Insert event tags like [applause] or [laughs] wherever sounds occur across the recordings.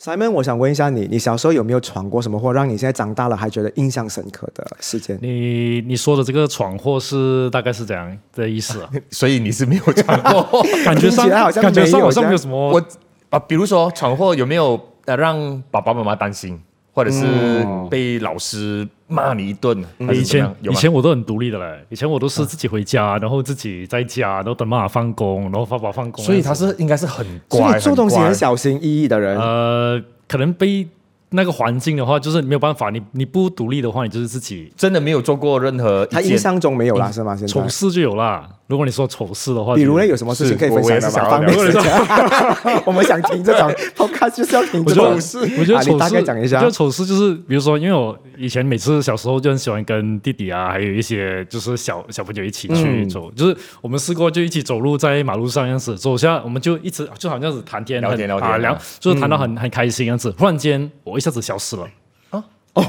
Simon，我想问一下你，你小时候有没有闯过什么祸，让你现在长大了还觉得印象深刻的事件？你你说的这个闯祸是大概是怎样的意思啊？所以你是没有闯 [laughs] 过。 [laughs] 感觉听上起来好像感觉没上有好像这样没有什么我啊，比如说闯祸有没有呃让爸爸妈妈担心，或者是被老师骂你一顿？还以是怎么前样有以吗？前我都很独立的嘞，以前我都是自己回家，然后自己在家，然后等妈妈放工，然后爸爸放工。所以他是应该是很所以乖，你做东西很很乖小心翼翼的人，呃，可能被那个环境的话，就是没有办法，你你不独立的话，你就是自己真的没有做过任何他一印件。象中没有啦，是吗？现丑在，事就有啦。如果你说丑事的话，比如呢，就有什么事情可以分是我享也的是吗？想要方便聊分享。 [laughs] 我们想听这种 podcast 就是要听这种我事。我觉啊得你丑事，大概讲一下我觉得丑事就是，比如说，因为我以前每次小时候就很喜欢跟弟弟啊，还有一些就是小小朋友一起嗯去走，就是我们试过就一起走路在马路上样子走下，我们就一直就好像是谈天聊很天聊天啊聊啊，就是嗯谈到很、很开心样子，忽然间我一下子消失了啊，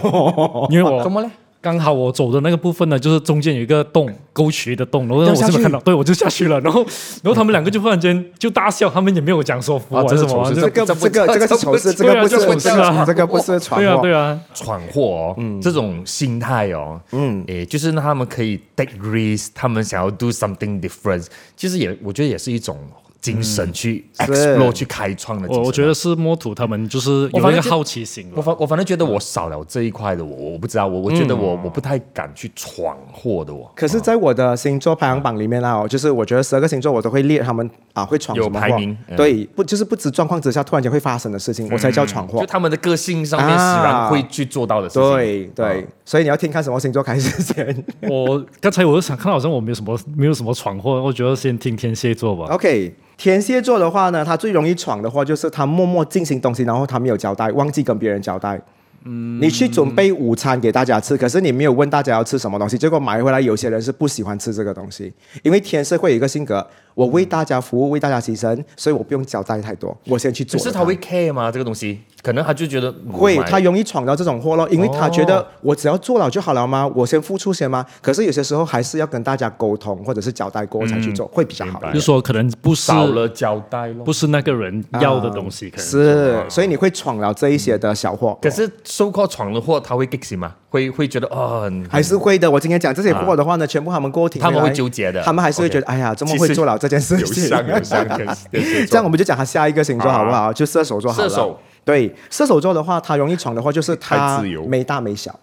因为我 [laughs] 怎哦么嘞？刚好我走的那个部分呢，就是中间有一个洞，沟渠的洞，然后掉我下是没有去看到，对我就下去了，然后然后他们两个就忽然间就大笑，他们也没有讲说服我啊还这是是什么，丑事就这个这这不个这个是丑事，这对个啊不是这不是啊这个不是对传啊播对。啊，闯祸哦，这种心态哦，嗯，诶，就是让他们可以 take risk，他们想要 do something different，其实也我觉得也是一种精神去是 explore 去开创的精我神。我觉得是摸土他们就是有反一个正就好奇心我了。反我反正觉得我少了这一块的我，我我不知道，我我觉得我、我不太敢去闯祸的我。可是，在我的星座排行榜里面啊，就是我觉得十二个星座我都会列他们啊会闯有什么祸排名嗯对，不就是不知状况之下突然间会发生的事情，我才叫闯祸就。他们的个性上面使然会去做到的事情。啊对对，所以你要听看什么星座开始先。我刚才我就想看，好像我没有什么没有什么闯祸，我觉得先听天蝎座吧。 OK，天蝎座的话呢，他最容易闯的话就是他默默进行东西，然后他没有交代，忘记跟别人交代。嗯，你去准备午餐给大家吃，可是你没有问大家要吃什么东西，结果买回来有些人是不喜欢吃这个东西，因为天蝎会有一个性格，我嗯为大家服务，为大家牺牲，所以我不用交代太多，我先去可做了它。是他会 care 吗？这个东西，可能他就觉得会，我买哦他容易闯到这种祸咯，因为他觉得我只要做了就好了吗？我先付出先吗？可是有些时候还是要跟大家沟通或者是交代过才去嗯做，会比较好一点。就说可能不是少了交代咯。不是那个人要的东西，可啊能是，所以你会闯了这一些的小祸。可是收获闯了祸，他会 g i x 吗？会会觉得哦，很还是会的。我今天讲这些祸的话呢，全部他们过庭，他们会纠结的他们还是会觉得， OK 哎呀，怎么会做了这件事有情？伤有伤。有伤 [laughs] 这样我们就讲他下一个星座好不好？就射手座好了。射手对射手座的话，他容易闯的话就是他太自由没大没小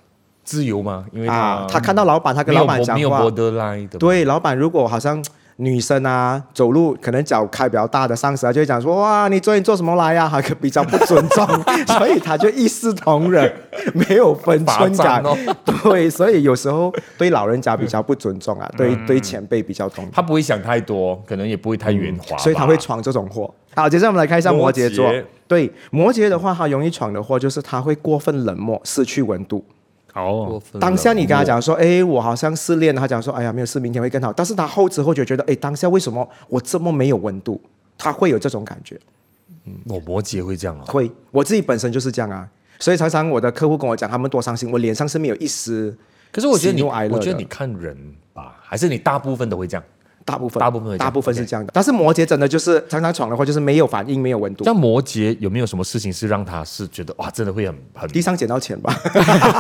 自由吗？因为啊他，他看到老板，他跟没有老板 bo- 讲没有话， borderline 的嘛，对，老板如果好像女生啊，走路可能脚开比较大的上司啊，就会讲说哇，你昨天做什么来呀、 [laughs] 啊？还比较不尊重， [laughs] 所以他就一视同仁，没有分寸感。罚站哦 [laughs] 对，所以有时候对老人家比较不尊重啊，对对前辈比较懂，他不会想太多，可能也不会太圆滑吧，所以他会闯这种祸。好，接下来我们来看一下摩羯座。摩羯对摩羯的话，他容易闯的祸就是他会过分冷漠，失去温度。过哦，分了当下你跟他讲说，哎，我好像失恋了，他讲说，哎呀，没有事，明天会更好。但是他后知后觉觉得，哎，当下为什么我这么没有温度？他会有这种感觉，我摩羯会这样哦。会。我自己本身就是这样啊，所以常常我的客户跟我讲，他们多伤心，我脸上是没有一丝，可是我觉得喜你，怒哀乐的我觉得你看人吧，还是你大部分都会这样。大部分大部分会这样大部分是这样的。但是摩羯真的就是常常闯的话，就是没有反应，没有温度。但摩羯有没有什么事情是让他是觉得哇，真的会很很？地上捡到钱吧，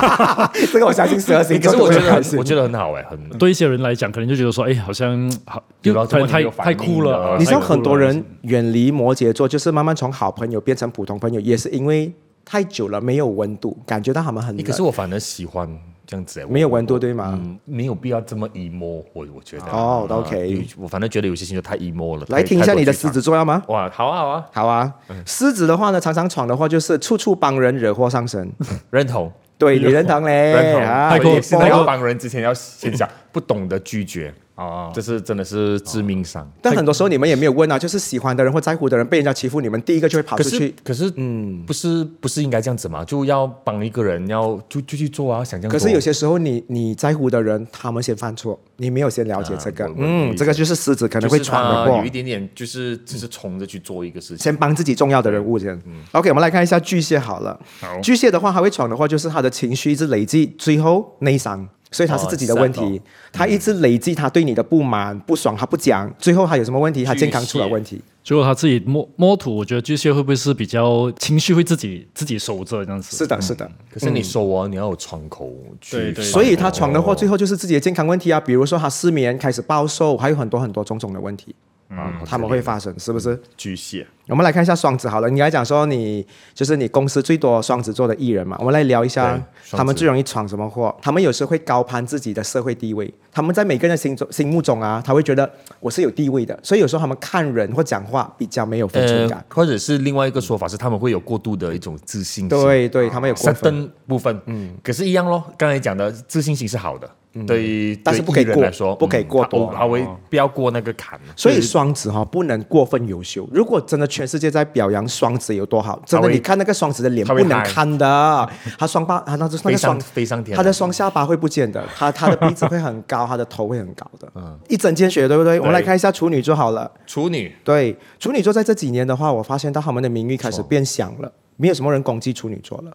[laughs] 这个我相信十二诶星哎座可是都我会觉很开得心很，我觉得很好哎，很对一些人来讲，可能就觉得说，哎，好像好，就有了可能这么太有反太应酷了了。你知太道酷了很多人远离摩羯座，就是慢慢从好朋友变成普通朋友，也是因为太久了没有温度，感觉到他们很诶冷。可是我反而喜欢这样子哎，我没有温度对吗？嗯，没有必要这么 emo，我我觉得。哦啊 OK 有我反正觉得有些情就太 emo 了。来太听一下你的。太狮过子座要吗？去哇，好啊好啊，好啊，狮子的话呢，常常闯的话就是处处帮人惹祸上 [laughs] 身。认同。对你认同嘞认同，啊，太所以过也是太在过要帮人之前要先想，不懂得拒绝，哦啊，这是真的是致命伤。但很多时候你们也没有问啊，就是喜欢的人或在乎的人被人家欺负，你们第一个就会跑可出是啊去。可是，嗯，不是不是应该这样子嘛？就要帮一个人，要就就去做啊，想这样可做。是有些时候你，你在乎的人，他们先犯错，你没有先了解这个，啊我我嗯，这个就是狮子可能会就是闯嗯的他祸。有一点点就是只是冲着去做一个事情。先帮自己重要的人物先。OK，我们来看一下巨蟹好了。好巨蟹的话，他会闯的话，就是他的情绪一直累积，最后内伤。所以他是自己的问哦题，他一直累积他对你的不满、不爽，他不讲，最后他有什么问题？他健康出了问题。结果他自己摸摸土，我觉得巨蟹会不会是比较情绪会自己自己守着这样子？是的，是的。可是你说我，你要有窗口对去对放，所以他闯的祸，最后就是自己的健康问题啊，比如说他失眠、开始暴瘦，还有很多很多种种的问题，嗯啊他们会发生，是不是？巨蟹，我们来看一下双子好了，你来讲说你就是你公司最多双子座的艺人嘛，我们来聊一下对双子他们最容易闯什么祸。他们有时会高攀自己的社会地位，他们在每个人的心中心目中啊，他会觉得我是有地位的，所以有时候他们看人或讲话比较没有分寸感呃。，或者是另外一个说法是他们会有过度的一种自信心，对对，他们有过三分，灯部分，嗯，可是，一样咯。刚才讲的自信心是好的，对于，嗯但是对不可以艺人过来说，不可以嗯过他多哦他会不要过那个坎，所以双子哈、不能过分优秀。如果真的全世界在表扬双子有多好，真的他会你看那个双子的脸他不会能嗨看的，他双巴，他那就是那飞个双上飞上天了，他的双下巴会不见的，他他的鼻子会很高，他的头会很高的，一整间雪，对不对？我们来看一下处女座好了，处女对，处女座在这几年的话，我发现到他们的名誉开始变响了，没有什么人攻击处女座了。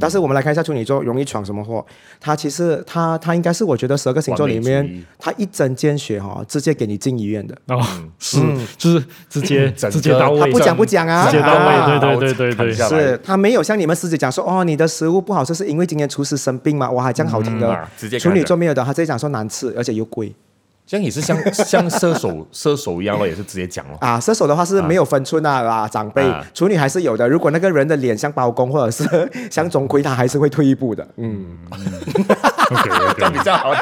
但是我们来看一下处女座容易闯什么祸？他其实他他应该是我觉得十二个星座里完美主面义，他一针见血哈、哦，直接给你进医院的。哦，是就是直接嗯整个直接到位，他不讲不讲啊，直接到啊位，对对对对砍对下对。来是他没有像你们师姐讲说哦，你的食物不好吃是因为今天厨师生病嘛，哇，这样好听的。嗯啊直接处跟他女讲座没有的，他直接讲说难吃，而且又贵这样也是像 [laughs] 像射手射手一样咯，也是直接讲咯。啊。射手的话是没有分寸啊，啊长辈、啊处女还是有的。如果那个人的脸像包公或者是像钟馗，他还是会退一步的。嗯， [laughs] 这样比较好，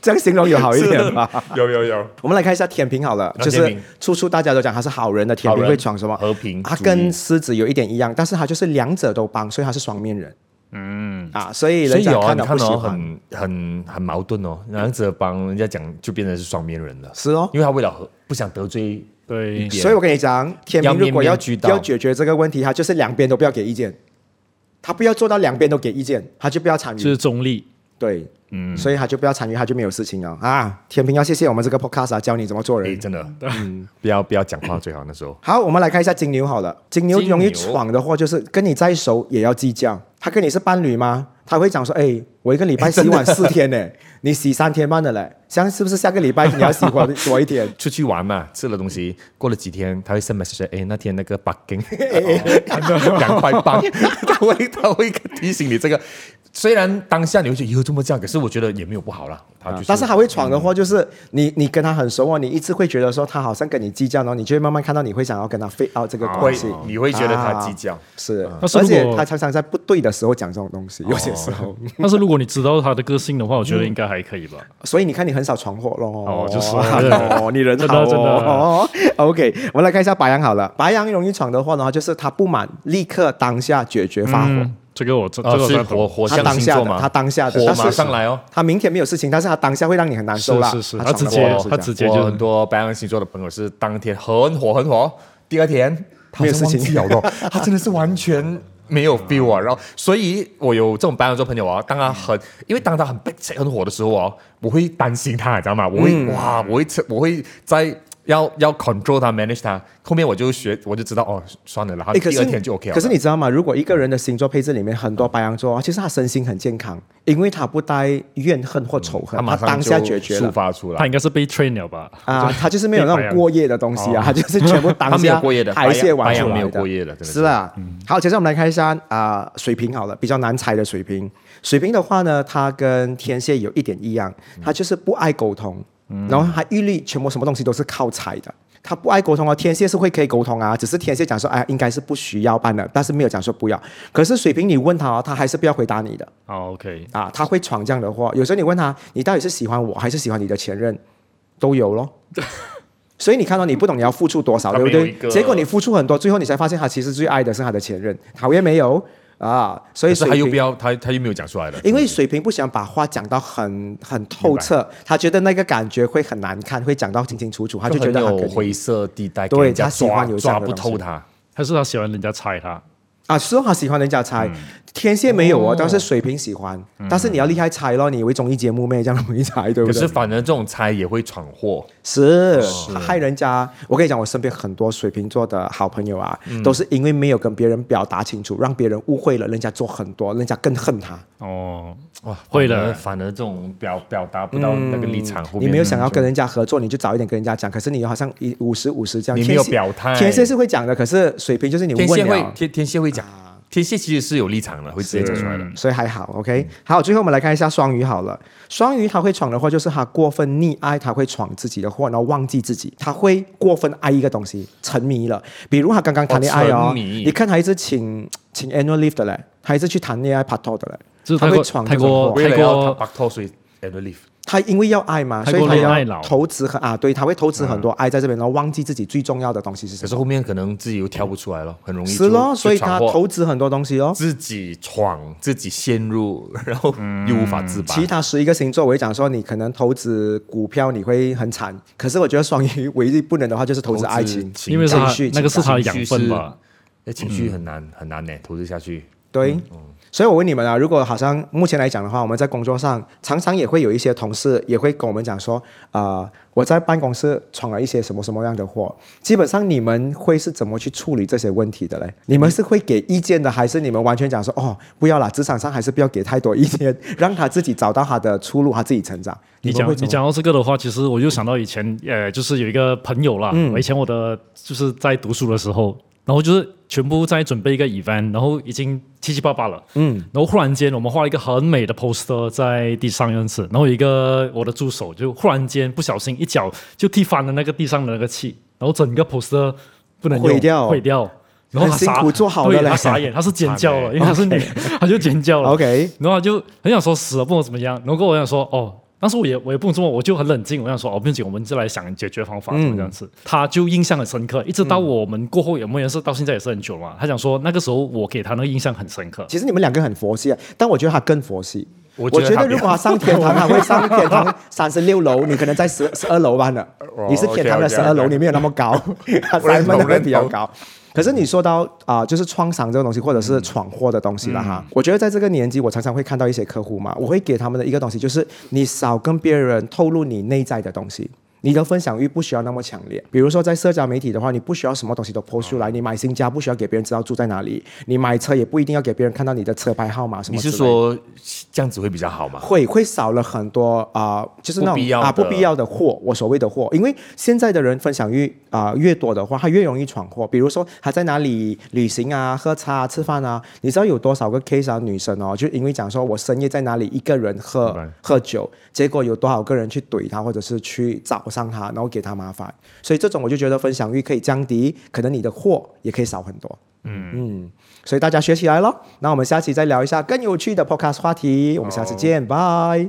这样形容有好一 [laughs] 点啊吧。有有有，我们来看一下天平好了，啊就是天平处处大家都讲他是好人的天好平人会闯什么？和平他主义跟狮子有一点一样，但是他就是两者都帮，所以他是双面人。嗯啊，所以所人以家有啊，看你到不看喜到欢，很很很矛盾哦，然后只帮人家讲就变成是双面人了，是哦。因为他为了和不想得罪对一边，所以我跟你讲，天要平如果面面要俱到要解决这个问题，他就是两边都不要给意见，他不要做到两边都给意见，他就不要参就与。是中立，对，嗯，所以他就不要参与，他就没有事情了啊。天平要谢谢我们这个 podcast 啊，教你怎么做哎，人。真的，嗯不要不要讲话最好那时候。好，我们来看一下金牛好了。金牛金牛容易闯的祸就是跟你再熟也要计较。他跟你是伴侣吗？他会讲说：“哎，我一个礼拜洗碗四天呢，你洗三天半的嘞，像是不是下个礼拜你要洗我我一天？”出去玩嘛，吃了东西，过了几天他会 send message，哎，那天那个 bugging，赶 [laughs] 快帮，他会他会提醒你这个。虽然当下你会觉得以后这么这样，可是我觉得也没有不好啦。他 [laughs] 就是，啊但是他会闯的话，就是你你跟他很熟哦，你一直会觉得说他好像跟你计较，然后你就会慢慢看到你会想要跟他 f i t out 这个关会系，你会觉得他计较，是，但是而如果且他常常在不对的时候讲这种东西，有些时候，但是如果你知道他的个性的话，我觉得应该还可以吧。所以你看你很少闯祸咯。哦就是哦，你人好真的真的哦。OK，我 [laughs] 们来看一下白羊好了，白羊容易闯的话呢，就是他不满，立刻当下解决发火。嗯，这个我这这啊个我是赞同火火他象当星下座的，嘛，他当下的，火但马是上来哦。他明天没有事情，但是他当下会让你很难受啦。是是是他他闯直祸接就是他这样直接我就很多白羊星座的朋友是当天很火很火，第二天他没有好像事忘情记了咯， [laughs] 他真的是完全没有 feel 啊。然后，所以我有这种白羊座朋友啊，当他很，因为当他很 b i 很火的时候哦，我会担心他，你知道吗？我会、嗯哇，我会我会在。要要 control 他，manage 他，后面我就学，我就知道哦，算了啦，然后哎，可第是二天就 OK 了。可是你知道吗？如果一个人的星座配置里面很多白羊座啊，其实他身心很健康，因为他不带怨恨或仇恨，嗯他马他上当下就解决抒了。发出来他，应该是被 train 了吧？啊，他就是没有 [laughs] 那白种羊过夜的东西啊，他就是全部当哦他没下有过夜的排泄完白羊出白羊来没有过夜的真的是嗯是啦。好，接下来我们来看一下啊、水瓶好了，比较难猜的水瓶。水瓶的话呢，它跟天蝎有一点一样，嗯它就是不爱沟通，然后它毅力全部什么东西都是靠猜的。他不爱沟通哦，天蝎是会可以沟通啊，只是天蝎讲说，哎，应该是不需要办的，但是没有讲说不要。可是水瓶你问他哦，他还是不要回答你的。哦，OK，啊，他会闯这样的祸。有时候你问他，你到底是喜欢我还是喜欢你的前任，都有 [laughs] 咯。所以你看到你不懂你要付出多少，他对不没有一对？个结果你付出很多，最后你才发现他其实最爱的是他的前任，讨厌没有啊？所以可是水他又不瓶，要，他他又没有讲出来的，因为水瓶不想把话讲到很很透彻，他觉得那个感觉会很难看，会讲到清清楚楚，他就觉得很他有跟你灰色地带，对给人家他喜欢抓有这样抓的不东西透他。还是他喜欢人家猜他？嗯啊，是他喜欢人家猜。天蝎没有哦，但是水瓶喜欢，但是你要厉害猜咯，你以为综艺节目咩这样容易猜，对不可对是？反正这种猜也会闯祸，是害人家。我跟你讲，我身边很多水瓶座的好朋友啊，嗯都是因为没有跟别人表达清楚，让别人误会了，人家做很多，人家更恨他。哦，哇，会反而的反而这种表表达不到那个立场，后嗯你面没有想要跟人家合作，你就早一点跟人家讲。可是你好像一五十五十这样，你没有天蝎表态天蝎是会讲的，可是水瓶就是你天蝎问会了，天天蝎会讲，天蝎其实是有立场的，会直接讲出来的。嗯嗯所以还好。OK，好，最后我们来看一下双鱼好了。双鱼他会闯的祸就是他过分溺爱，他会闯自己的祸，然后忘记自己，他会过分爱一个东西，沉迷了。比如他刚刚谈恋爱哦哦，沉迷你看他一直请请 annual leave 的嘞，他一直去谈恋爱拍拖的嘞，就是他太会过闯太这种过祸。为了太要过啊他 b 所以哎 a n leave。他因为要爱嘛，太所以过他恋爱要脑投资很啊，对，他会投资很多嗯爱在这边，然后忘记自己最重要的东西是什可么。是后面可能自己又挑不出来了，很容易是咯，嗯就所以他就闯祸投资很多东西哦。自己闯，自己陷入，然后又无法自嗯拔。其他十一个星座，我会讲说，你可能投资股票你会很惨，可是我觉得双鱼唯一不能的话就是投资爱情，情因为是情他绪那个是他的养情绪分是吧？？哎，情绪很难很难呢，投资下去。对。所以我问你们啊，如果好像目前来讲的话，我们在工作上常常也会有一些同事也会跟我们讲说，啊，我在办公室闯了一些什么什么样的祸。基本上你们会是怎么去处理这些问题的嘞？你们是会给意见的，还是你们完全讲说，哦，不要啦，职场上还是不要给太多意见，让他自己找到他的出路，他自己成长。你们讲会你怎么讲到这个的话，其实我就想到以前，呃，就是有一个朋友啦，嗯我以前我的就是在读书的时候，然后就是全部在准备一个 event，然后已经七七八八了，嗯，然后忽然间我们画了一个很美的 poster 在地上认识，然后有一个我的助手就忽然间不小心一脚就踢翻了那个地上的那个气，然后整个 poster 不能用毁掉毁掉。然后他很辛傻苦做好的对嘞他傻眼，他是尖叫 [laughs] 了，因为他是女，他就尖叫了。 OK 然后他就很哎想说死了不懂怎么样，然后跟我讲说哦，当时我也我也不懂怎么，我就很冷静，我想说哦不用紧，我们就来想解决方法怎么样子。他就印象很深刻，一直到我们过后，有没有是到现在也是很久了嘛。他讲说那个时候我给他那个印象很深刻，其实你们两个很佛系，啊，但我觉得他更佛系。我觉觉得他如果他上天堂，他会上天 [laughs] 堂三十六楼，你可能在十十二楼吧呢。你是天堂的 OK，OK，OK 十二楼，你没有那么 [laughs] 高，他我认三同分会比较高。可是你说到啊、就是创伤这种东西，或者嗯是闯祸的东西了哈。我觉得在这个年纪，我常常会看到一些客户嘛，我会给他们的一个东西就是，你少跟别人透露你内在的东西。你的分享欲不需要那么强烈。比如说在社交媒体的话，你不需要什么东西都 p 出来，嗯你买新家不需要给别人知道住在哪里，你买车也不一定要给别人看到你的车牌号码什么你之类是的。说这样子会比较好吗？会会少了很多啊、就是那不必种要啊的不必要的货，我所谓的货，因为现在的人分享欲啊、越多的话，他越容易闯祸。比如说他在哪里旅行啊、喝茶、啊、吃饭啊，你知道有多少个 case 啊？女生哦，就因为讲说我深夜在哪里一个人喝明白喝酒，结果有多少个人去怼他，或者是去找上他，然后给他麻烦。所以这种我就觉得分享欲可以降低，可能你的货也可以少很多。嗯，所以大家学起来咯。那我们下期再聊一下更有趣的 podcast 话题。我们下次见，拜。